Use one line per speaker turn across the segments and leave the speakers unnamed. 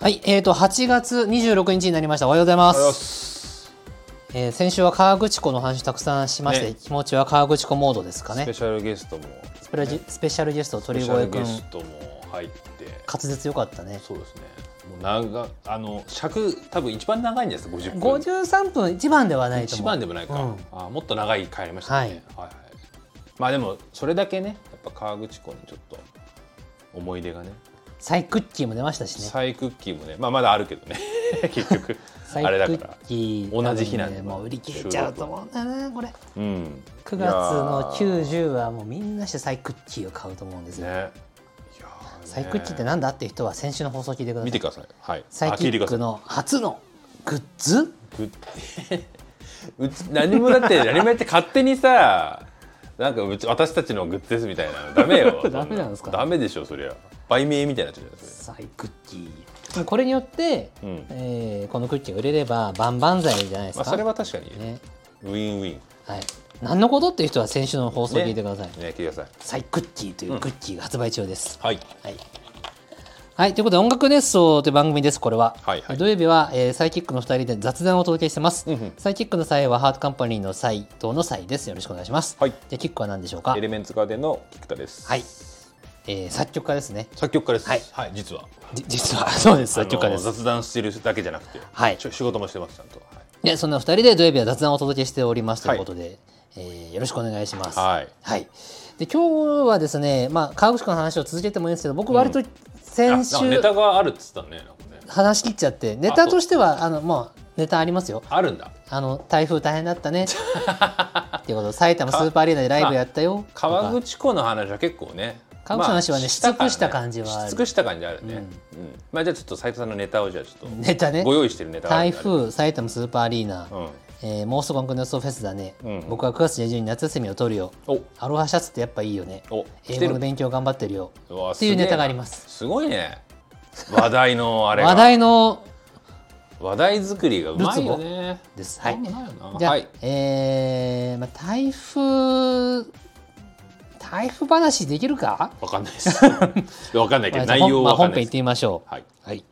はい、えーと8月26日になりました。おはようございます。
す。
えー先週は河口湖の話たくさんしまして、
ね
気持ちは河口湖モードですか
スペ
ね。
シャルゲストも。
スペラジスペシャルゲスト鳥
ス
越
ペシャル
くん
ゲストも入って。
滑舌良かったね。
そうですね。もう長、あの尺、多分一番長いんです。五十分。
53分一番ではないと
一
思う。
番でもないか。
うん
あ、もっと長い回ありましたね。はい、はい。まあ、でも、それだけね、やっぱ川口湖にちょっと。思い出がね。
サイクッキーも出ましたしね。
サイクッキーもね、まあ、まだあるけ どね。結局。
サイ
あれだ
ク
から
ッ。キー
あれだから同じ日なんで
多分ねもう売り切れちゃうと思うんだよなこれ。
うん。
9月の
いや
90はもうみんなしてサイクッキーを買うと思うんです
ー。ね。い
よ。
やーね
サイクッキーってなんだっていう人は先週の放送聞いてくださ
見て
い。
ください。はい。
サイ
あ
キ
聞いてく
ッ
ださ
ク
い
の初のグッズ
くう ち何もだって何もやって勝手にさなんかうち私たちのグッズですみたいなのダメよ そ
ダメなんですか
ダメでしょそりゃ売名みたいになっちゃうじゃんそ
サイクッキーこれによって、
れ、うん
えーこのクッキーが売れれば万々歳じゃないです
ま
か、
あ、それは確かに、
ね
ウィンウィン
はい、何のことっていう人は先週の放送聞いてください、
ね聞いてください
サイクッキーというクッキーが発売中です、
はい
はい、はい、ということで「音楽熱奏」という番組ですこれは、
はいはい
土曜日は、えーサイキックの2人で雑談をお届けしてます、
うんうん
サイキックの際はハートカンパニーの斎藤の際ですよろしくお願いします、
はい
じゃあキックは何でしょうか
エレメンツガーデンの菊田です
はい、えー作曲家ですね
作曲家です
はい
実は
じ実はそうです作曲家
あ
で
の
す
雑談してるだけじゃなくて、
はい
ちょ仕事もしてますちゃんとは
でそんな2人で土曜日は雑談をお届けしておりますとい
は
う
い
ことで、えーよろしくお願いします。
はい
で今日はですね、まあ、川口湖の話を続けてもいいんですけど僕割と先
あなんかネ
週
タがあるっつったねなんかね
話し切っちゃってネタとしてはあのもうネタありますよ。
あるんだ
あの台風大変だった ねっていうこと埼玉スーパーアリーナでライブやったよとか
川口湖の話は結構ね
川口湖の話はね
まあ
し尽くした
からね
感じはある
し尽くした感じあるね、うんまあじゃあちょっと斉藤さんのネタをじゃあちょっと
ネタね
ご用意してるネタがある
台
んで
風埼玉スーパーアリーナ、
うん
えー、もうすぐ音楽の予想フェスだね、
うん
僕は9月下旬に夏休みを取るよアロハシャツってやっぱいいよね
おお
英語の勉強頑張ってるよ
うわ
っていう
すげえ
ネタがあります
すごいね話題のあれが
話
話題
題の
作りがうまいよね
です。はい。
うまいよな
じゃあ、
はい
えーまあ台風台風話できるか？
わかんないですわかんな いけど内容
まあ
はわか
本
んな
編
い
行って
です
みましょう。
はい
はい。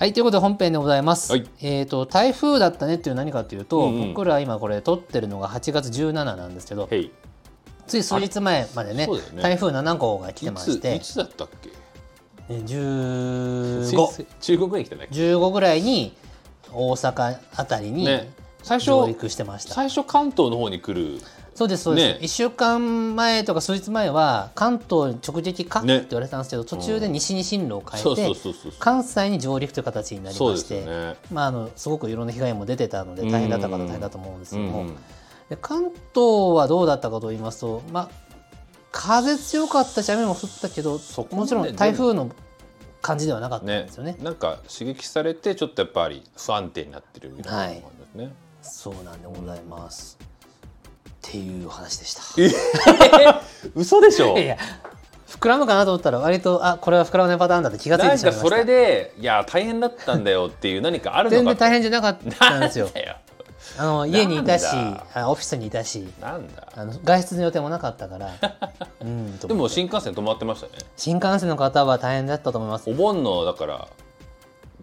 はい、ということで本編でございます。
はい
えっ、と台風だったねっていうのは何かというと、
うんうん
僕ら今これ撮ってるのが8月17なんですけど、
へい
つい数日前までね
そうだよね
台風7号が来て
い
ま
つ
して
い、つだったっけ
え15
先中国に来たんだっけ
15ぐらいに大阪あたりに
ね最
上
初
陸してました、
最初関東の方に来る
そうですそうです、
ね
1週間前とか数日前は関東に直撃かって
ね
言われたんですけど途中で西に進路を変
そう
え
そう
て
そうそう
関西に上陸という形になり
そう
ま
で
し
すよ
て
ね
まあ、あのすごくいろんな被害も出てたので大変だった方は大変だと思うんですけども、
うんうん
で関東はどうだったかと言いますと、まあ、風強かったし雨も降ったけど
そこま
も
で
ちろん台風の感じではなかったん
ね
ですよね。
なんか刺激されてちょっとやっぱり不安定になってるみたいな感じですね、
そうなんでございます。っていうお話でした。
嘘でしょ
いやいや膨らむかなと思ったら割とあこれは膨らまないパターンだって気がつい
な
て
ん
しま
か
いました
それでいや大変だったんだよっていう何かあるのか
全然大変
変
じゃなかったんですよあの家にいたし
なんだ
あオフィスにいたし
なんだ
あの外出の予定もなかったからうんと
で
思っ
も
て
新幹線止まってましたね
新幹線の方は大変だったと思います
お盆のだから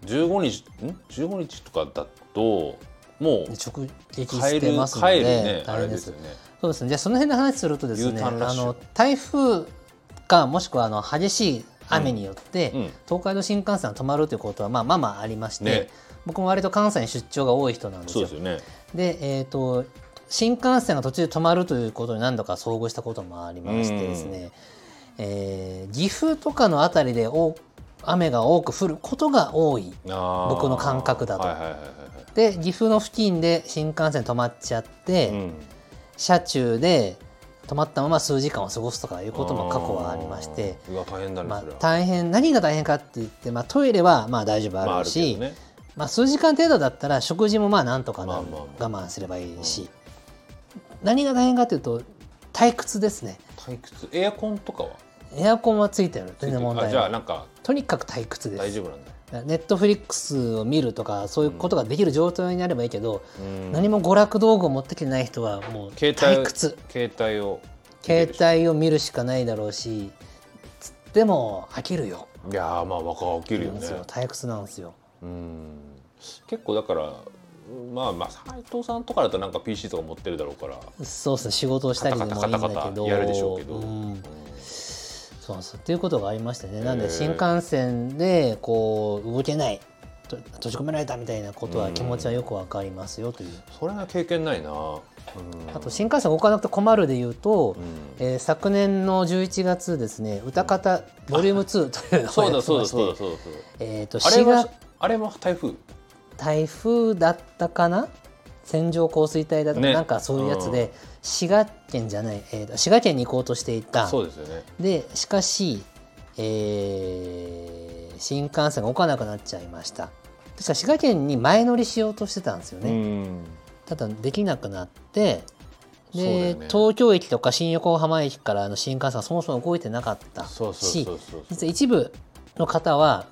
15日ん15日とかだともう
直撃
帰
し
る
てますの
帰
で
るねあ
大
れ
変
で
ですす
よね
そうですねじゃあその辺の話するとです
U
ね
タ
あ
ーンラッシュ
の台風かもしくはあの激しい雨によって、
うんうん
東海道新幹線が止まるということはまあまあまあありまして、
ね
僕も割と関西に出張が多い人なんです
そう
よ
です。よね
でえー、と新幹線が途中で止まるということに何度か遭遇したこともありましてですね、えー岐阜とかの辺りでお雨が多く降ることが多い
あー
僕の感覚だと
はいはいはいは
で岐阜の付近で新幹線止まっちゃって、
いはい、うん
車中で止まったまま数時間を過ごすとかいうことも過去はありまして、
あーうわ大変だね
まあ
それは、、
大変何が大変かって言って、まあ、トイレはまあ大丈夫
まあ
ある
あるけ
し、
ど
まあ
ね
数時間程度だったら食事もまあなんとかなる、
まあまあま
我慢すればいいし、何が大変かというと退屈ですね
退屈エアコンとかは
エアコンはついてる全然問
あ
題
じゃあ
ない
なんか
とにかく退屈で
大
す
丈夫なんだ
ネットフリックスを見るとかそういうことができる状態になればいいけど、
うん
何も娯楽道具を持ってきてない人はもう
携
退
帯
屈
携帯を
携帯を見るしかないだろうしつっても飽きるよ
いやーまあ若起きるよ
なん
ね
ですよ退屈なんですよ
うん結構だからまあまあ斎藤さんとかだとなんか PC とか持ってるだろうから
そうですね仕事をした
カ
りで
タカ
も
タ
いい
カ
んだ
タ
け
カ
ど
タやるでしょうけど、
うん
うん
そうなんですよっていうことがありましてねなん
へ
で
ー
新幹線でこう動けないと閉じ込められたみたいなことは
うん
気持ちはよくわかりますよという
それが経験ないな、うん
あと新幹線動かなくて困るでいうと
うん、
えー昨年の11月ですね歌方ボリューム2というの
そう
をや
だ
って
そう
ま
だ
し
そうだ
て
そうだそう
えーと
だあれ
滋賀
はあれも台風
台風だったかな線状降水帯だったかな,、
ね
なんかそういうやつで、滋賀県じゃない、えーと滋賀県に行こうとしていた
そうですよね
でしかし、えー新幹線が動かなくなっちゃいました確か滋賀県に前乗りしようとしてたんですよね、
ん
ただできなくなって
そうだ
で、
よね
東京駅とか新横浜駅からの新幹線がそもそも動いてなかったし
そうそうそうそう
実は一部の方は、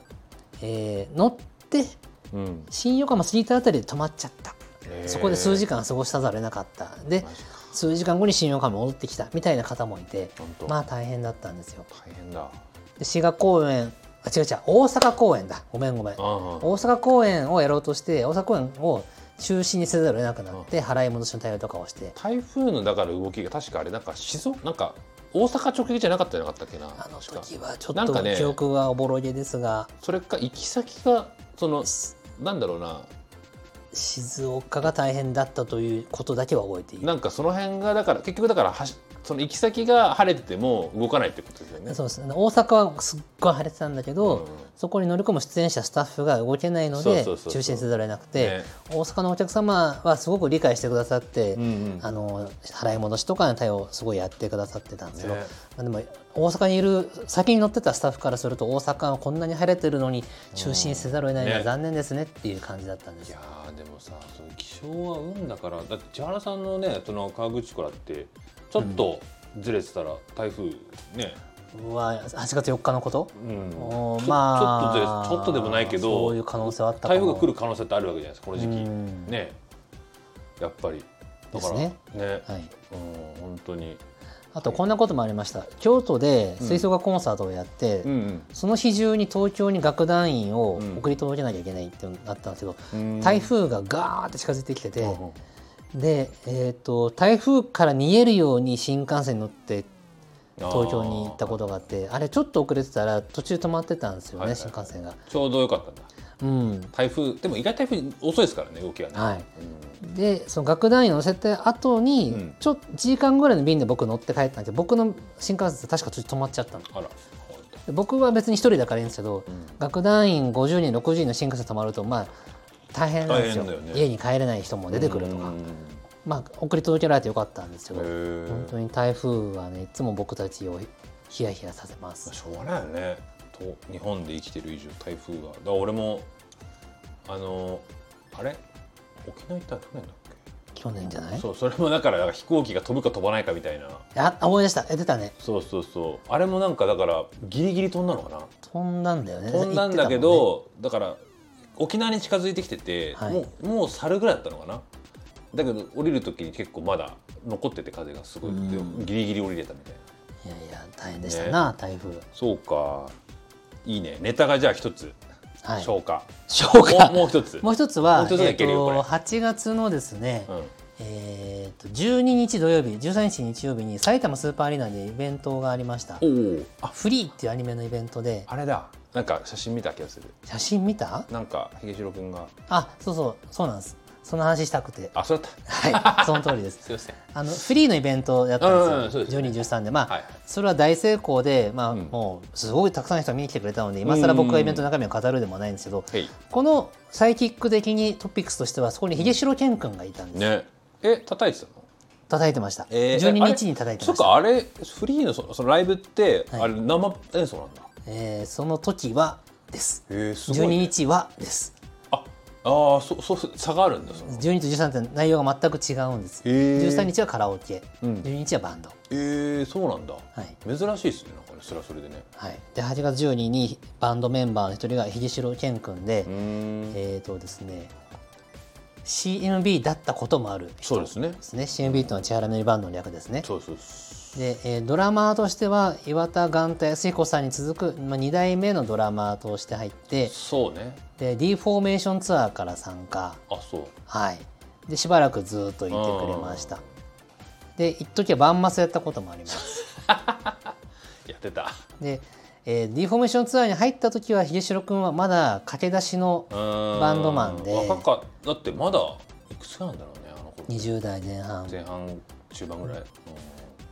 えー乗って
うん
新横浜過ぎたあたりで止まっちゃった、
へー
そこで数時間過ごしたざれなかったで
マジか
数時間後に新横浜戻ってきたみたいな方もいて
本当、
まあ大変だったんですよ
大変だ
で滋賀公園あ違う違う大阪公園だごめんごめん
あ
大阪公演をやろうとして大阪公演を中止にせざるを得なくなって払い戻しの対応とかをして
台風のだから動きが確かあれなんか静岡なんか大阪直撃じゃなかったんじゃなかったっけな
あの
確か
時はちょ
な
っ
んか
と
ね
記憶がおぼろげですが、
それか行き先がそのなんだろうな
静岡が大変だったということだけは覚えている
なんかその辺がだから結局だからはしその行き先が晴れてても動かないってことですよね。
そうですね大阪はすっごい晴れてたんだけど、
うん
そこに乗り込む出演者スタッフが動けないの
そうそ
で
うそうそう
中止にせざるを得なくて、
ね
大阪のお客様はすごく理解してくださって、
うんうん
あの払い戻しとかの対応をすごいやってくださってたんですけど、
ね
まあ、でも大阪にいる先に乗ってたスタッフからすると大阪はこんなに晴れてるのに中止にせざるを得ないの
ね
は残念ですねっていう感じだったんで
い
すよ
や。ーでもさその気象は運だからだって千原さんのねその川口湖だってちょっとずれてたら台風ね、
うわ8月4日のこと、
うん
おー
ちょ
まあ
ちょっとずれちょっとでもないけど
そういう可能性はあったかも
台風が来る可能性ってあるわけじゃないですかこの時期
うん
ねやっぱりだから
ですねはい
ね、うん本当に
あとこんなこともありました京都で吹奏楽コンサートをやって、
うん
その日中に東京に楽団員を送り届けなきゃいけないってなったんですけど、
うん
台風がガーって近づいてきてて、
うんうん
で、えー、と台風から逃げるように新幹線に乗って東京に行ったことがあってあれちょっと遅れてたら途中止まってたんですよね、
はいはい
新幹線が。
あーちょうどよかったんだ
うん
台風でも意外と台風遅いですからね動きがね、
はい、
うん
でその楽団員を乗せて後に、
うん
ちょ1時間ぐらいの便で僕乗って帰ったんですけど僕の新幹線って確か途中止まっちゃったの。
あら
で僕は別に一人だからいいんですけど、
ん
楽団員50人60人の新幹線止まるとまあ大変なんですよ
大変だよね
家に帰れない人も出てくるとか、
うん
まあ、送り届けられてよかったんですけ
へ
ど、
ー
本当に台風はねいつも僕たちをヒヤヒヤさせま
まあ
す
しょうがないよねと日本で生きてる以上台風はだから俺もあのあれ沖縄行ったの去年だっ
去年じゃな
け
い
そうそれもだからだから飛行機が飛ぶか飛ばないかみたいな
あ思い出したえ出たね
そうそうそうあれもなんかだからギリギリ飛んだのか
飛んだんだよね
な飛んだんだけど、だから沖縄に近づいてきてて、
はい
もうもう去るぐらいだったのかなだけど降りる時に結構まだ残ってて風がすごい、で
うん
ギリギリ降りれたみたいない
やいや大変でしたな、台風
そうかいいねネタがじゃあ一つ、
はい
消化
消化
もうもう一つ
もう一つは
もう一つ
え
だ
っ
けいるよこれ
と8月のですね、
うん
えっと12日土曜日13日日曜日に埼玉スーパーアリーナでイベントがありました
おおあ
フリーっていうアニメのイベントで
あれだなんか写真見た気がする
写真見た
なんかひげしろくんが
あそうそうそうなんですその話したくて
あそうだった
はいその通りです
すいません
あのフリーのイベントをやった
うんうん
んで
うん
す
そう
よ、
ですよ
12、
ね
13で、まあ
はい
それは大成功で、まあ
うん
もうすごいたくさんの人が見に来てくれたので、今更僕がイベントの中身を語るでもないんですけど、
はい
このサイキック的にトピックスとしては、そこに秀城健君がいたんです、
ねえ叩いてたの
叩いてました、
えー
12日に叩いて
そ
ま
っ
した。
かあれフリーのそのそのライブって、
はい
あれ生演奏なんだ
えーその時はです、
えー、す
12
ごい、ね、
日はです、
あああそそう差があるんだその
12と13って内容が全く違うんです、
へー
13日はカラオケ、
うん
12日はバンド。
えー、そうなんだ、
はい
珍しいですねなんかねそれはそれでね
はい、で8月12日にバンドメンバーの一人が秀城健君で、
うーん
えーとですね CMB だったこともある人
そうですね
ですね CMB というのは千原メリバンドの略ですね
そうそうそう
で、えードラマーとしては岩田元太康彦さんに続く、まあ、2代目のドラマーとして入って
そうね
で D フォーメーションツアーから参加
あそう
はいでしばらくずっといてくれましたで一時はバンマスやったこともあります
やってた
で、えー、D フォーメーションツアーに入った時は秀城君はまだ駆け出しの
バ
バンドマンで
若かだってまだいくつなんだろうねあの頃
20代前半
前半中盤ぐらい、うん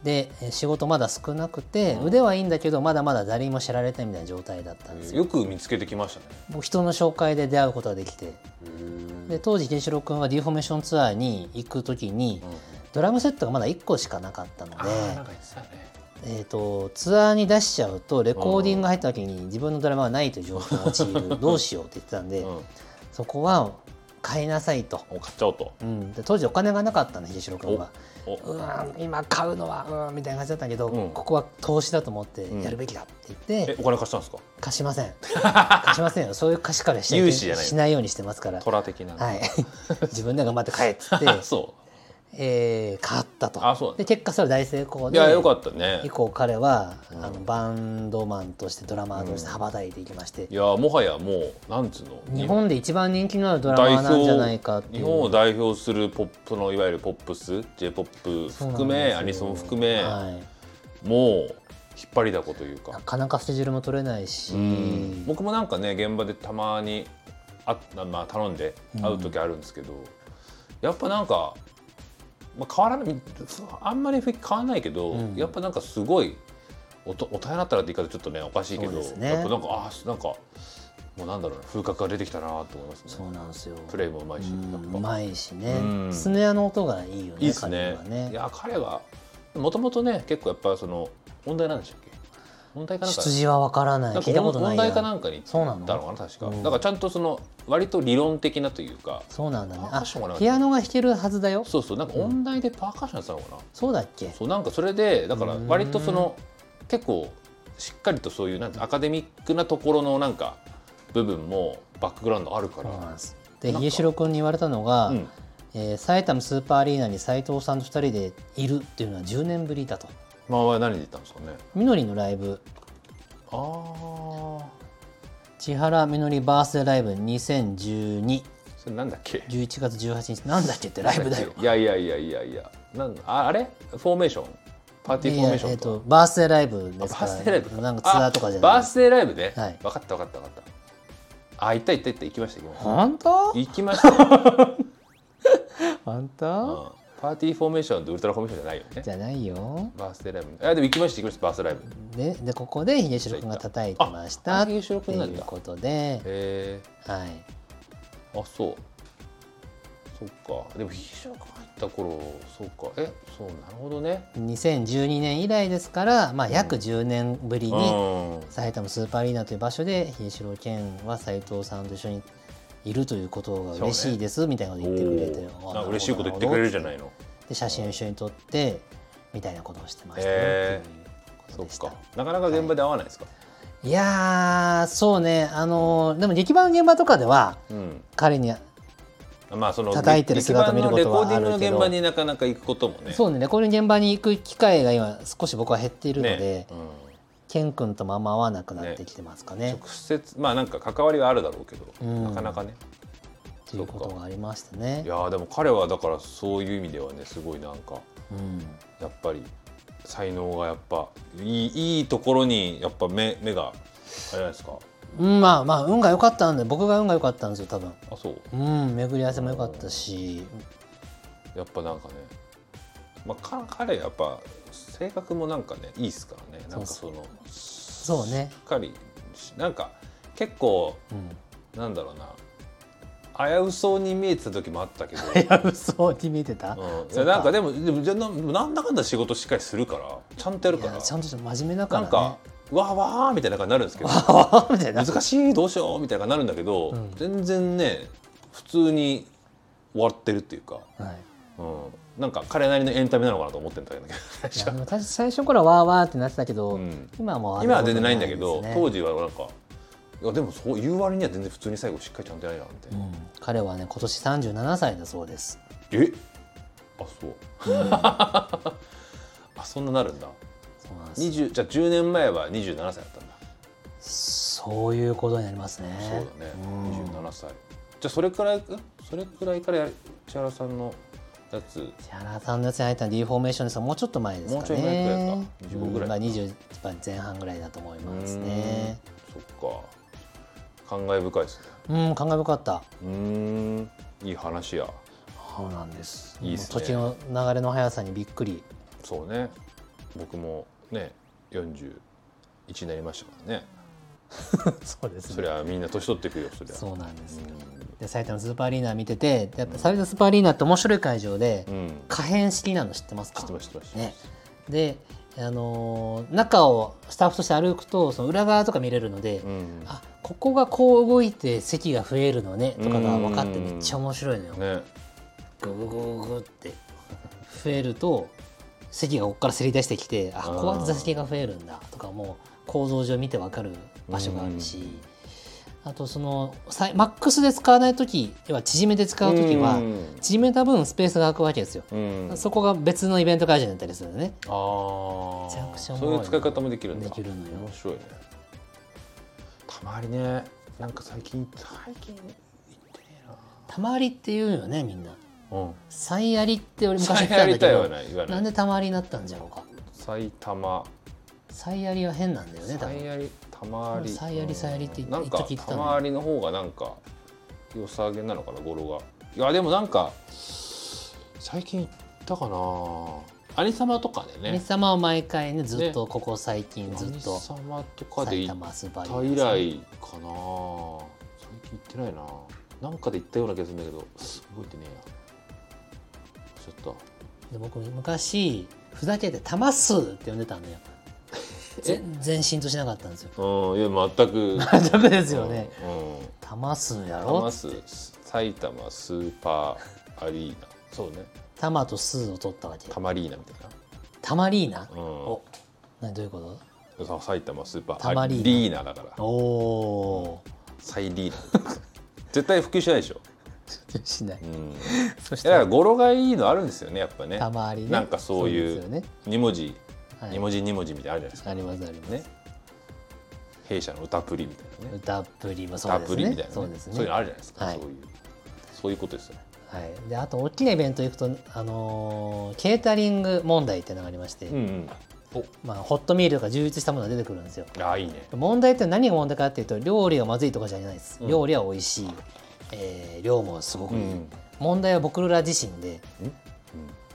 でえー仕事まだ少なくて腕はいいんだけどまだまだ誰にも知られてみたいな状態だったんですよ
よく見つけてきましたね
もう人の紹介で出会うことができてで当時秀城君は D フォーメーションツアーに行く時に
うん
ドラムセットがまだ1個しかなかったので
あーなんか言ってたね
えー、とツアーに出しちゃうとレコーディングが入った時に自分のドラマがないという状況に陥るどうしようって言ってたんで、
う
そこは買いなさいと、
ん、お買っちゃおうと
うん、で当時お金がなかったんで秀城君は
お
うわー今買うのはうわーみたいな感じだったんだけど、
うん
ここは投資だと思って
うん
やるべきだって言って、
えお金貸したんですか
貸しま せん貸しませんよそういう貸し借りはしない
融資じゃない
しないようにしてますから、
虎的な、
はい、 自分で頑張って買えっ つって、
そ
えー買ったと
あそうなんだ
で結果それは大成功
うい
で
やよかったね
以降彼は、
うん
あのバンドマンとしてドラマーとして羽ばたいていきまして
い、やもはやもうなんつうの
日本で一番人気のあるドラマーなんじゃないかってい
日本を
う。
代表するポップのいわゆるポップス j p o p 含めアニソン含め、
はい、
もう引っ張りだこというか
なかなかスケジュールも取れないし、
うん僕もなんかね現場でたまにあ、まあ、頼んで会う時あるんですけど、やっぱなんか、まあ、変わらないあんまり変わらないけど、
うん
やっぱなんかすごいおと大人になったらって言い方ちょっとねおかしいけど、
そうですね
やっぱなんかあなんかもうなんだろうな風格が出てきたなと思いますね
そうなんですよ
プレイもうまいし、
うん
や
う
っぱ
まいしね、
うん
スネアの音がいいよね
いいですね
彼はね
いや彼はもともとね結構やっぱその問題なんでしたっけ問題かなんか
羊はわからない
なんか
聞いたことな
問
い
題かな
や
んかに
そう
だ
な
っ
の
たのかな確か、
うん
だからちゃんとその割と理論的なというか
そうなんだね
パーカ
あ
ッションがなかった
ピアノが弾けるはずだよ
そうそうなんか音大でパーカッションやってたのかな、
そうだっけ
そうなんかそれでだから
うん
割とその結構しっかりとそういうなんてアカデミックなところのなんか部分もバックグラウンドあるか
そうなん
ら
ですで
なんか
家城君に言われたのが、
うん
えー埼玉スーパーアリーナに斎藤さんと2人でいるっていうのは10年ぶりだと
まあは何で言ったんですかね
みのりのライブ
ああ
千原みのりバースデーライブ201211
それなんだっけ
月18日なんだっけってライブだよ
いやいやいやいやいやなんああれフォーメーションパーティーフォーメーション
いやいやえー
と
とバースデーライブですか
バ
ら
ースデーライブ
なんかツアーとかじゃ
あ
な
バ
い
ースデーライブね、
はい
分かった分かった分かったあ行った行った行った行きました行きました
本当
行きましたよ、
本
う
当
んパーティーフォーメーションとウルトラフォーメーションじゃないよね
じゃないよ
バースデーライブあでも行きました行きましたバースデーライブへ
ででここで秀城君が叩いてました
あ
ってい
秀城君なんだ
うことで、
え
はい、
あそうそっかでも非常に入った頃そうかえそうなるほどね
2012年以来ですから、まあ、約10年ぶり
う
に
ん
埼玉スーパーアリーナという場所で秀城健は斉藤さんと一緒にいるということが嬉しいですみたいなこと言ってくれて、
おーなんか嬉しいこと言ってくれるじゃないいの
で写真を一緒に撮ってみたいなことをしてましたね、
へ
っていうこ
そ
と
っ
でした
かなかなか現場で会わないですか、
いやーそうねあのーでも劇場の現場とかでは
うん
彼に
まあその
叩いてる姿見ることはあるけど
レコーディングの現場になかなか行くこともね
そうねレコーディング現場に行く機会が今少し僕は減っているので、
ね、うん
ケン君ともあんま合わなくなってきてますかね
直接まあなんか関わりはあるだろうけど、
うん
なかなかね
ということがありましたね
いや。ーでも彼はだからそういう意味ではねすごいなんか
うん
やっぱり才能がやっぱいいいいところにやっぱ目目があれじゃないですか
うん、まあまあ運が良かったんで僕が運が良かったんですよ多分。
あそう
うん巡り合わせも良かったし、
やっぱなんかね、まあ、か彼やっぱ性格もなんかねいいですからねなんかその
そうね。
しっかりしなんか結構
うん。
なんだろうな危うそうに見えてた時もあっ たけど
いや嘘に見えてた。
うんい
そ
や、
う
なんかでもでもじゃあななんだかんだ仕事しっかりするからちゃんとやるから
いやちゃんとして真面目だから
な
ね。
んかわーわーみたいな感じになるんですけど
ああみ たいな。
難しいどうしようみたいな感じになるんだけど、
ん
全然ね普通に終わってるっていうか、
はい。
うん、なんか彼なりのエンタメなのかなと思って たんだけど最
いや
初
でも私最初からわーわーってなってたけど、
うん
今はもう
今は全然ないんだけど、当
時、
時はなんかいやでもそう言う割には全然普通に最後しっかりちゃんとやるなみた
う
いな、
ん、彼はね今年37歳だそうです。
えあそう、あそそんななるんだ
そうなんです
20じゃあ10年前は27歳だったんだ
そういうことになりますね
そうだね、
うん
27歳じゃあそれくらいかそれくらいからや千原さんのやつ
千原さんのやつに入ったのは D フォーメーションですがもうちょっと前ですかね
もうちょい前くらいですか25ぐらい
うんまあ、20番前半ぐらいだと思いますね
うんそっか感慨深いですね
うん感慨深かった
うーんいい話や
そうなんです
いいっすね
時の流れの速さにびっくり
そうね僕もね41になりましたからね
そうです
そりゃみんな年取ってくよそりゃ
そうなんですよ
う
で埼玉スーパーアリーナ見ててやっぱ埼玉スーパーアリーナって面白い会場で、
ん、うん、
可変式なの知ってますか
知ってます知ってます、
ね、で、あのー中をスタッフとして歩くとその裏側とか見れるので、
うん
あここがこう動いて席が増えるのねとかが分かって
うん
めっちゃ面白いのよ。
ね
グググググって増えると席がここからせり出してきてあ
あー
こうやって座席が増えるんだとかも構造上見て分かる場所があるし。あとそのさいマックスで使わない時要は縮めて使う時は
う
縮めた分スペースが空くわけですよ、
ん、うん、
そこが別のイベント会場になったりするのね
あ
めちゃ
あ
くちゃおも
そう
ろい
いう使い方もできるんだ
できるのよ
面白いねたまにねなんか最近最近行ってね
たまりって言うよねみんな
えなうん
最ありって俺昔言っ
最
てた
や
んだ
り
け
たい
ど
はない言わ
な
なんい
でたまりになったんじゃろうか
埼玉
最ありは変なんだよね多
最
分
やりたまり
最やり最やりって言っ
なん
一
か
時言ってた
た
の
まりの方がなんか良さげなのかな語呂がいやでもなんか最近行ったかな兄様とかで
神
ね
様は毎回ねずっとここ最近ずっと
兄様とかで
埼
行っ
玉スーパ
行
ー
った
リー
以
グですね
来かな最近行ってないななんかで行ったような気がするんだけど覚えてねえやちょっ
で僕昔ふざけて「たます」って呼んでた んだよ全然浸透しなかったんですよ
とうんいや全く
全くですよね
うん
「たます」や
たま
ろ
す埼玉スーパーアリーナそうね
「たま」と「す」を取ったわけ
たまリーナみたいな
「たまりーな」
う
お何どういうこ
ん、さ埼玉スーパ
たま
ー
リーナ
リーナだから
とお
サイリーナ絶対普及しないでしょ、
ーしない
うん、い
そし
やだから語呂がいいのあるんですよねやっぱね
たまりね
なんかそういう
そですよね
2文字、
はい
二文字2文字みたいなのあるじゃないですか
ありますあります、
ね弊社の歌プリみたいなね
歌っぷりもそう
歌
です
プリみ
ね
たいな、ね、
そうです
そういう
ね
のあるじゃないですか、
はい
そういうそういうことですよね
はいであと大きなイベント行くとあのーケータリング問題っていうのがありまして、
うん
まあホットミールとか充実したものが出てくるんですよ
うんあいいね
問題って何が問題かっていうと料理がまずいとかじゃないです、
うん
料理は美味しい、えー量もすごくいい、
うん
問題は僕ら自身で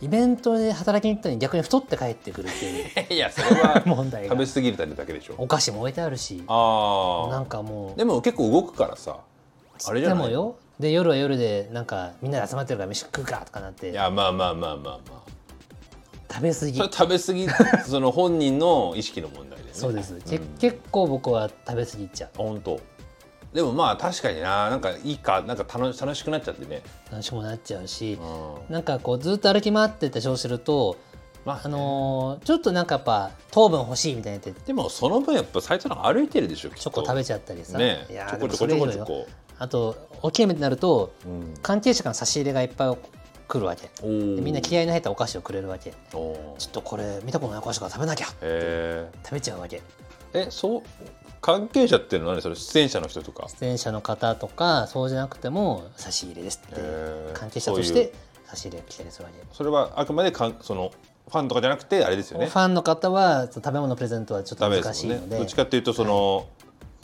イベントで働きに行ったのに逆に太って帰ってくるって いう
いやそれは
問題
食
が
べ過ぎるためだけでしょ
お菓子も置いてあるし
ああ
なんかもう
でも結構動くからさあれじゃな
でも
い
よで夜は夜でなんかみんなで集まってるから飯食うかとかなって
いやまあまあまあまあまあ
食べ過ぎ
それ食べ過ぎ その本人の意識の問題で、ね、
そうです、け
ん
結構僕は食べ過ぎちゃう
本当でもまあ確かにななんかいいかなんか楽し楽しくなっちゃってね、
楽しくもなっちゃうし
う、ん、
なんかこうずっと歩き回ってたりすると
まあ
あのーちょっとなんかやっぱ糖分欲しいみたいになって
でもその分やっぱ斉藤さん歩いてるでしょきっと
チョコ食べちゃったりさ、
ね
いや
ち
ー
ょこちょ
で
こ
も
ちょ
そ
こ
れ以上
ちょ
よ
こ、
あと大きいイベントになると
うん、
関係者からの差し入れがいっぱい来るわけ
お
で
ー
みんな気合いの入ったお菓子をくれるわけち
お
ょ
ー
っとこれ見たことないお菓子から食べなきゃ
へ
食べちゃうわけ
ーえそう関係者っていうのは何それ出演者の人とか
出演者の方とかそうじゃなくても差し入れですって
へー
関係者とし
そういう
て差し入れが来たりするわけ
それはあくまでかんそのファンとかじゃなくてあれですよね
ファンの方は食べ物のプレゼントはちょっ
ダ
と
メ
難
です
しい
もん
の
ね
で
どっちかっていうとその、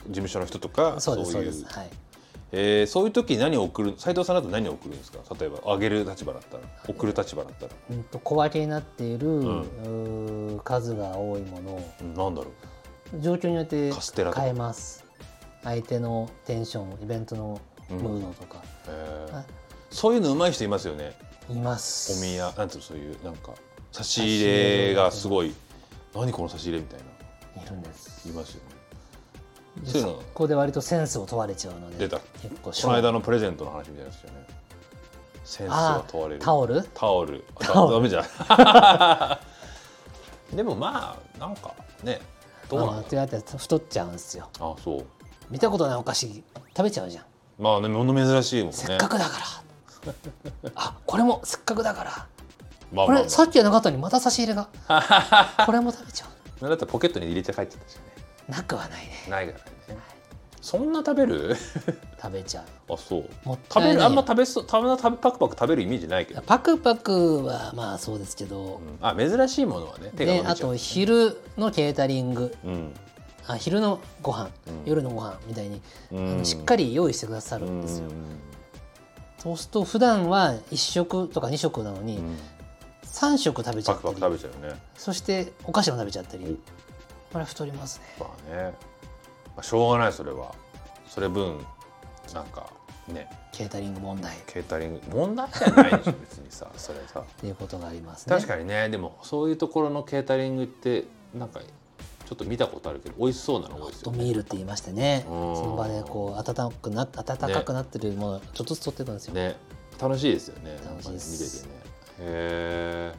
事務所の人とか
そうですそう
い
で
う
すはい
えー、そういう時何を送る斉藤さんだと何を送るんですか例えばあげる立場だったら送る立場だったら、
うんと小分けになっている、
ん
うー数が多いものを
うん、なんだろう
状況によって
カステラとか
変えます相手のテンションイベントのムードとか、
えー
あ
そういうの上手い人いますよね
います
おみやなんていうのそういうなんか差し入れがすごい何この差し入れみたいない
るんです
いますよね
で
そういう
そ
の
こで割とセンスを問われちゃうので
出た
結構
この間のプレゼントの話みたいなやつですよねセンスが
あ
問われる
タオル
タオルあ
タオル
ダメじゃん でもまあなんかねどう
まあ
な
まあ
ん
ってやって太っちゃうんですよ
あそう
見たことないお菓子食べちゃうじゃん
まあねもの珍しいもんね
せっかくだからあこれもせっかくだから
ま
こ
あまあ、ま
れさ
あ、
っきはなかったのにまた差し入れ がこれも食べちゃ
なんだったらポケットに入れて帰っちゃったしね
うなくはないね
ないからねそんな食べる
食べちゃう
あそう
もった
食べ
い
る
ない
あんま食べそうたま食べパクパク食べるイメージないけど、
パクパクはまあそうですけど
う、んあ珍しいものはね手が
で
伸び
あ
ちゃう
と昼のケータリング
うん
あ昼のご飯、
うん
夜のご飯みたいに、
う
あ
ん
のしっかり用意してくださるんですよ、
うん
そうすると普段は1食とか2食なのに
うん
3食食べちゃ
パ
っ
ク
た
パ
り
ク食べちゃうよね
そしてお菓子も食べちゃったりこれは太りますね
まあね、まあ、しょうがないそれはそれ分なんかね
ケータリング問題っ
ケータリング問題じゃないでしょ別に さそれさ
ていうことがありますね
確かにねでもそういうところのケータリングってなんかちょっと見たことあるけど美味しそうなの多いです
ホッ
よ
トミールって言いましてねそ
うん
の場でこう温くな温かくなってるものをちょっとずつ取っていくんですよ、
ね楽しいですよね
楽しいです
なんかね見ててねへえ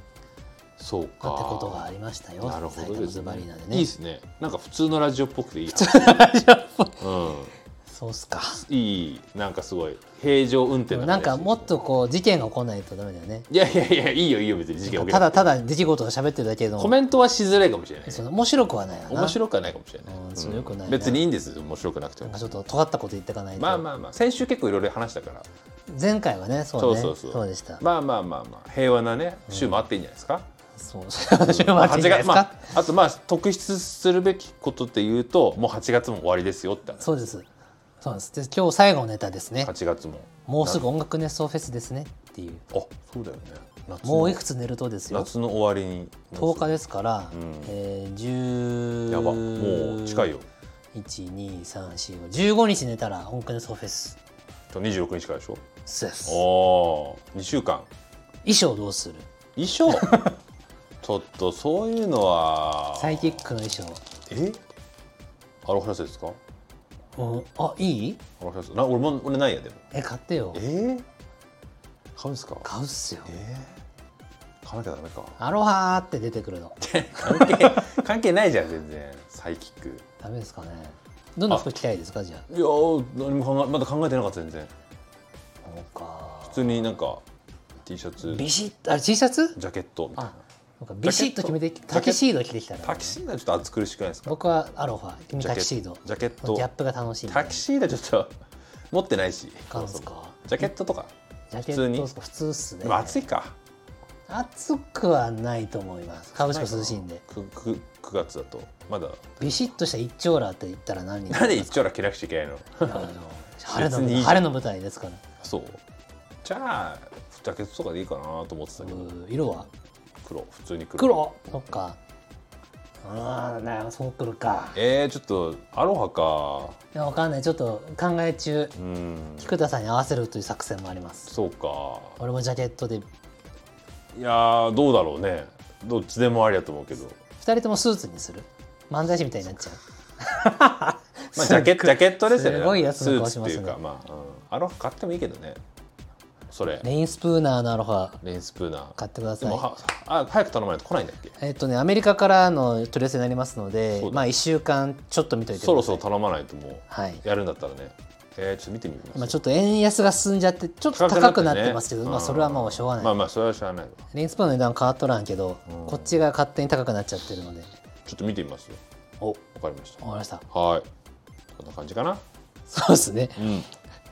そうか
なんてことがありましたよ
なるほ
埼
ど
玉
です
ズバリーナで
いい
ね
ですねなんか普通のラジオっぽくていいなうん
そうっすか
いいなんかすごい平常運転
でも
な
な
感
ん
じです
かもっとこう事件が起こらないとダメだよね
いやいやいやいいよいいよ別に事件起き
た
ない
だただ出来事を喋ってるだけでも
コメントはしづらいかもしれない
その面白くはないよな
面白くはないかもしれない
うんそれ良くないな
別にいいんです面白くなくて
なん
も
かちょっと尖ったこと言っていかないと、
まあまあまあ先週結構いろいろ話したから
前回はねそうね
そうそうそう
でした、
まあまあまあまあ平和なね週もあっていいんじゃないですか
そう週末じゃないです
まあ
か、
あとまあ特筆するべきことっていうともう8月も終わりですよって話
そうですそうですで今日最後のネタですね
8月も
もうすぐ音楽熱唱フェスですねっていう
あそうだよね夏の
もういくつ寝るとですよ
夏の終わりに
10日ですから、
ん
えー、10
やばもう近いよ
12345日寝たら音楽熱唱フェス
と26日からでしょ
そうです
おー2週間
衣装どうする
衣装 ちょっとそういうのは
サイキックの衣装
えアロハラスですか
うん、あいい
アロハラスな俺も俺ないやでも
え買ってよ
えー、買うんですか
買うっすよ
えー、買わなきゃダメか
「アロハ」って出てくるの
関 係関係ないじゃん全然サイキック
ダメですかねどんな服着たいですかじゃあ
いやー何も考えまだ考えてなかった全然
そうか
普通になんか T シャツ
ビシッとあれ T シャツ
ジャケットみたいな
あなんかビシッと決めて
ジャケット
タキシード着てきたら、
タキシードはちょっと暑苦しくないですか
僕はアロファ君
ジャ
タ
ケ
キシード
ジャケッ
ギャップ
ト
が楽しいみたい
タ
な
キシードはちょっと持ってないし
買うんすか
ジャケットとか
ジャケ
普通
ッ
に
トっすか普通っすね
でも暑いか
暑くはないと思います株式も涼しいんで
くく9月だとまだ
ビシッとした一丁羅って言ったら何に
なんで一丁ら着なくちゃいけないの
あの晴れの
別にいいじゃん
晴れの舞台ですから
そうじゃあジャケットとかでいいかなと思ってた
う
けど
ー色は
黒普通に黒
黒そっかああなそうくるか
えー、ちょっとアロハか
いやわかんないちょっと考え中
うん
菊田さんに合わせるという作戦もあります
そうか
俺もジャケットで
いやーどうだろうねどっちでもありだと思うけど、
二人ともスーツにする漫才師みたいになっちゃう
まあ、ジャケジャケットですよね
すごいやつ
ス
の
ー
顔
ツ
し
っ
ま
てい
すね
うかまあ、うんアロハ買ってもいいけどねそれ
レインスプーナーのアロハ
レインスプーナー
買ってくだ
で
さ
も
い
はあ早く頼まないと来ないんだっけ
えっとねアメリカからの取り寄せになりますの
そう
で
だ
まあ1週間ちょっと見といてください
そろそろ頼まないともう
はい
やるんだったらねえー、ちょっと見てみます
まあ、ちょっと円安が進んじゃってちょっと高くなってますけど、
ね
まあ、それはもうしょうがない、
まあまあそれはしょうがないわ
レインスプーンの値段変わっとらんけど、
うん
こっちが勝手に高くなっちゃってるので
ちょっと見てみますよ
おわか
わかりました
りました
はいこんな感じかな
そうですね
うん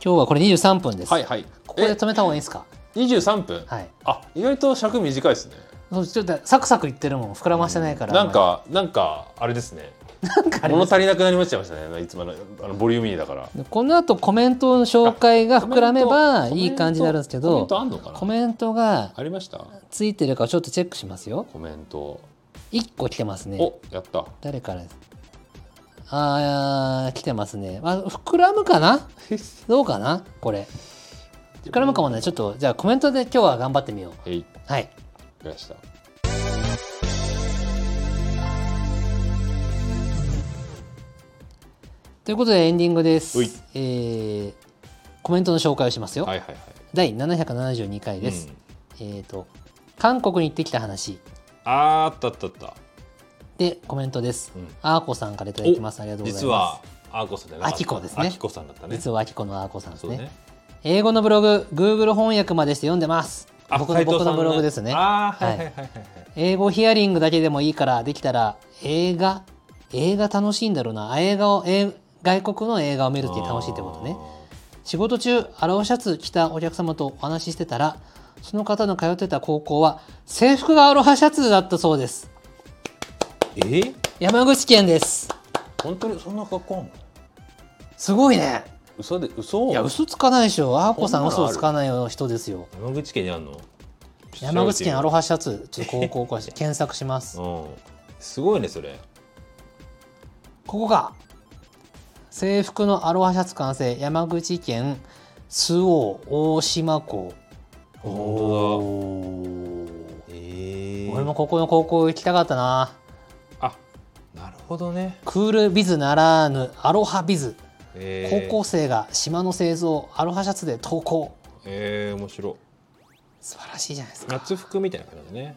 今日はこれ23分です、
はいはい
ここで止めた方がいいですか
え23分、
はい
あ意外と尺短いですね
そうちょっとサクサクいってるもん膨らましてないから、
なんかなんかあれですね
なんかあれ
物足りなくなりましたねいつものあのボリューミーだから
でこの後コメントの紹介が膨らめばいい感じになるんですけ
コメ
ど
ントあんのかな
コメントが
ありました
ついてるかちょっとチェックしますよ
コメント
1個来てますね
おや った
誰からですあー来てますねあ膨らむかなどうかなこれ膨らむかもねちょっとじゃあコメントで今日は頑張ってみよう
えい
はい
やりました
ということでエンディングです
うい、
えーコメントの紹介をしますよ、
はいはいはい
第772回です、えっ、と韓国に行ってきた話
あーあったあったあった
でコメントです、
うん
あーこさんからいただきますありがとうございます
実はアーコさんじゃなかった
アキコですね
アキコさんだったね
実はあきこのあーこさんです
そう
ね
ね
英語のブログ Google 翻訳までして読んでます
あ
僕の
斉藤さん
僕のブログですね
あーはいはいはいはい
英語ヒアリングだけでもいいからできたら映画映画楽しいんだろうな映画を映外国の映画を見るって楽しいってことね仕事中アローシャツ着たお客様とお話ししてたらその方の通ってた高校は制服がアロハシャツだったそうです
えー、
山口県です
本当にそんな格好あんの
すごいね
嘘で嘘
いや嘘つかないでしょあーこさん
こんなのあ
嘘
る
つかないよ人ですよ
山口県にあんの
山口県アロ
ハ
ハシャツちょっと高校こうして検索しますこ
うんすごいねそれ
こか制服のアロハシャツ完成山口県周防大島港
本えー、
俺もここの高校行きたかったな
あなるほどね、
クールビズならぬアロハビズ
え
高
ー、
校生が島の製造アロハシャツで投稿
えー、面白い
素晴らしいじゃないですか
夏服みたいな感じだねいわ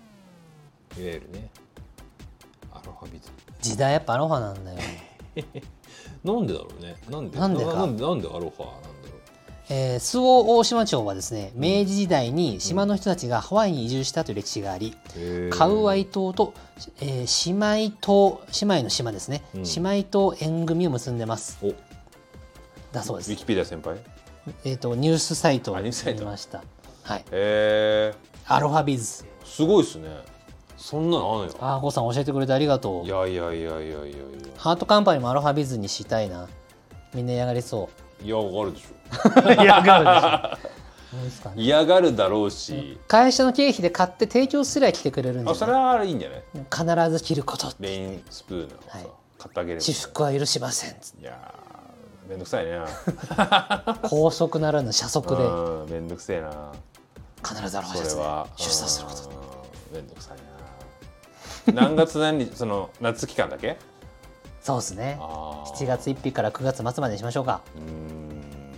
ゆるねアロハビズ
時代やっぱアロハなんだよ、
なんでだろうねなんで
なんでか
なんでなんでアロハなんだろう
えー、周防大島町はですね明治時代に島の人たちがハワイに移住したという歴史があり、
へー
カウアイ島と、えー姉妹島姉妹の島ですね、
うん
姉妹島縁組を結んでます
おウ
だそうです
ィキペディア先輩
えっ、とニュースサイトを
あニュ
見
ースサイト
ましたはい
え
アロハビズ
ー、すごいですねそんなのあんや
あーこうさん教えてくれてありがとう
いやいやいやいやいやいや
ハートカンパニーもアロハビズにしたいなみんな嫌がりそう
嫌がるでしょ
嫌がるでしょどうですかね
嫌がるだろうし
会社の経費で買って提供すりゃ来てくれるんで
あそれはいいんじゃない
必ず着ることって
レインスプーンのさ、
はい
買ってあげれば
私服は許しません
いやーめんどくさいね
高速ならぬ車速で
うんめんどくせえな
必ずアロハシャ
それ
ツで
は
出産すること
うんめんどくさいな何月何日その夏期間だけ
そうですね
あー
7月1日から9月末までにしましょうか
うー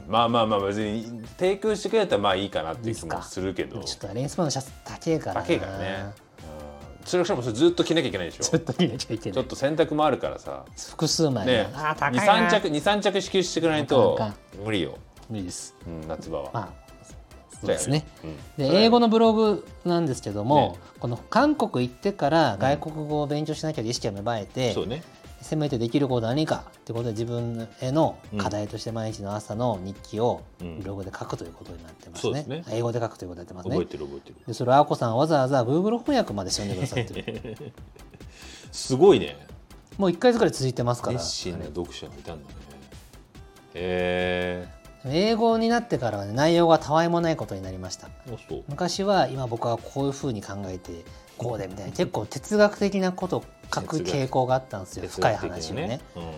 んまあまあまあ別に提供してくれたらまあいいかなっていう気
いいっ
も
すか
するけど
ちょっとレインスパーのシャツ高えからな
高いからねうんそれからもそれずっと着なきゃいけないでしょ
ちょっと見なきゃいけ
ち
な
ょ
い
っと洗濯もあるからさ
複数枚
ね
なあー高い
二
な
三着二三着支給してくれないと
なかなか
無理よ、
いいです
うん、夏場は、
まあそうですね
だよね
で
それは
英語のブログなんですけども、
ね
この韓国行ってから外国語を勉強しなきゃという意識が芽生えて、
そうね
せめてできることは何かってことで自分への課題として毎日の朝の日記を
うん
ブログで書くということになってます
そうで
ね。
すね
英語で書くということになってます
覚え
ね。
てる覚えてる
でそれをあこさんはわざわざ Google 翻訳まで読んでくださって る
すごいね
もう1回ずつから続いてますから
熱心な読者がいたんだねへ
英語になってからは、ね、内容がたわいもないことになりました。
えあそう
昔は今僕はこういうふうに考えてこうでみたいな結構哲学的なことを書く傾向があったんですよ深い話をね
哲学的なうん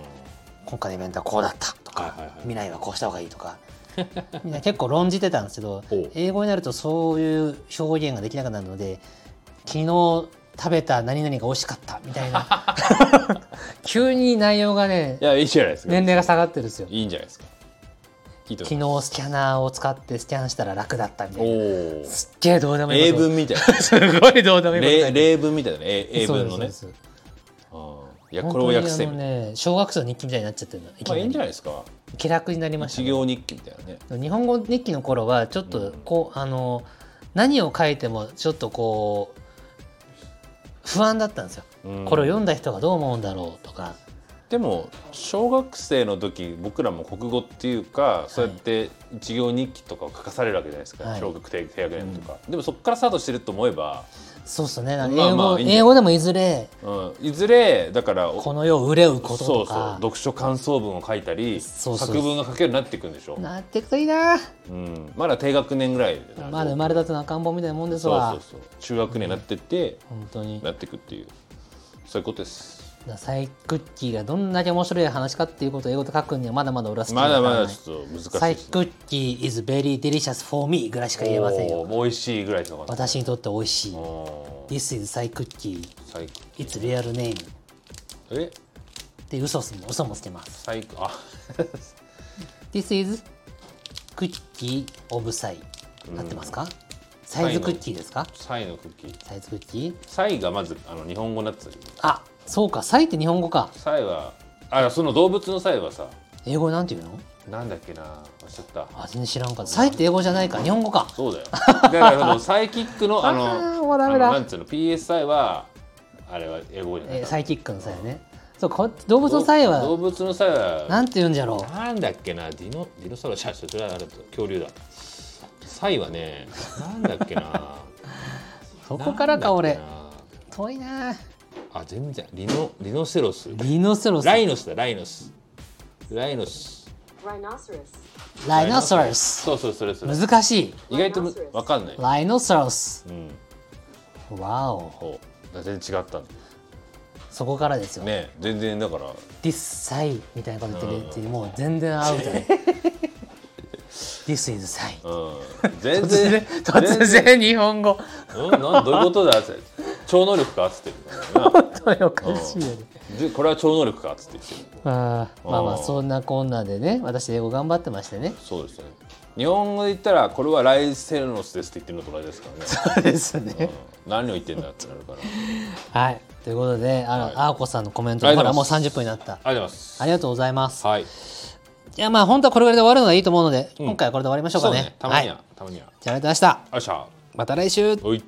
今回のイベントはこうだったとか、
はいはいはい
未来はこうした方がいいとか みんな結構論じてたんですけど
おう
英語になるとそういう表現ができなくなるので昨日食べた何々が美味しかったみたいな 急に内容がね
いやいいじゃないですか
年齢が下がってるんですよ
いいんじゃないですか聞いてます
昨日スキャナーを使ってスキャンしたら楽だったみた
お
いな
お
すっげえどうでもい
英
いこと
文みたい
すごいどうでも
な
い
い
こと
例例文みたいなねえ英文のね
そうですそうです
うんいやこれを訳せみ
本
た
当にあの
いな
ね小学生の日記みたいになっちゃってるのいきな
まあいいん
り
じゃないですか
気楽になりました
一
ね、
行日記みたいなね
日本語日記の頃はちょっとこう、あの何を書いてもちょっとこう不安だったんですよ、
うん
これを読んだ人がどう思うんだろうとか
でも小学生の時僕らも国語っていうかそうやって一行日記とかを書かされるわけじゃないですか、
はい
小学低低学年とか、でもそこからスタートしてると思えば、
そうっすねなんか
ま
英
あ
語,、
まあいいんじゃない
英語でもいずれ
うん、いずれだから
この世を憂うこと
そ
と
うそう
か
読書感想文を書いたり
そうそう
作文が書けるようになっていくんでしょ、
なっていくといいな
うん、まだ低学年ぐらいで
まだ生まれたての赤ん坊みたいなもんです
そう
わ
そうそう中学年になってって、
本当に
なっていくっていうそういうことです
だからサイクッキーがどんだけ面白い話かっていうことを英語で書くにはまだまだ俺は好き
まだま
な
だ
い
ちょっと難しい
サイ
です
クッキー is very delicious for me ぐらいしか言えませんよ
おー美味しいぐらいの感じ
私にとって美味しい
おー
This is サイクッキ
最高
ー It's real name
え
で嘘すも嘘もつけます
最高あ
This is クッキー of サイ合ってますかサイズクッキーですか
サイのクッキー
サイズクッキー
サイがまずあの日本語になってたけど
あそうかサイって日本語か
サイはあその動物のサイはさ
英語なんていうの
なんだっけな忘れちゃった
あ全然知らんかったサイって英語じゃないか日本語か
そうだよだからそのサイキックのあの
あーもうダメだ
あのなんつうの PSI はあれは英語じゃない
えーサイキックのサイねそうこ動物のサイ
動
は
物のサイは
なんて言うんじゃろ
なんだっけなディノディノサウルスじゃあそれはあれだ恐竜だサイはねなんだっ けな
うそこからか俺
なんだっけ
遠いな
なあ全然リノリノセロス
リノセロス
ライノスだライノスライノス
Rhinoceros.
ライノセロス
そうそうそれそれ
難しい
意外とむわかんない
ライノセロス
うん
わお
ほう全然違ったんだ
そこからですよ、
ね全然だから
ディスサイみたいなこと言ってるってもう全然合うじゃない This is サイ
うん全
突
然
然突然日本語
うんなんどういうことだって超能力かっつってるからな
それおかしいよね
でこれは超能力かっつって言ってる
あーまあまあ
うん
そんなこんなでね私英語頑張ってましてね
そうですね日本語で言ったらこれはライセロスですって言ってるのと同じですからね、
そうですね
うん、何を言ってんだってなるからあり
はいということであの、
はい
あーこさんのコメント
あり
ほ
がと
ら
う
も
ご
う
ざいます
30分になった
がとうございます
ありがとうございます
はい
いやまあ本当はこれぐらいで終わるのがいいと思うので、今回はこれで終わりましょうか
そう
ね
ねたまには、
はい、
たまにはよ
じゃあありがとうございました
っしゃ
また来週
おい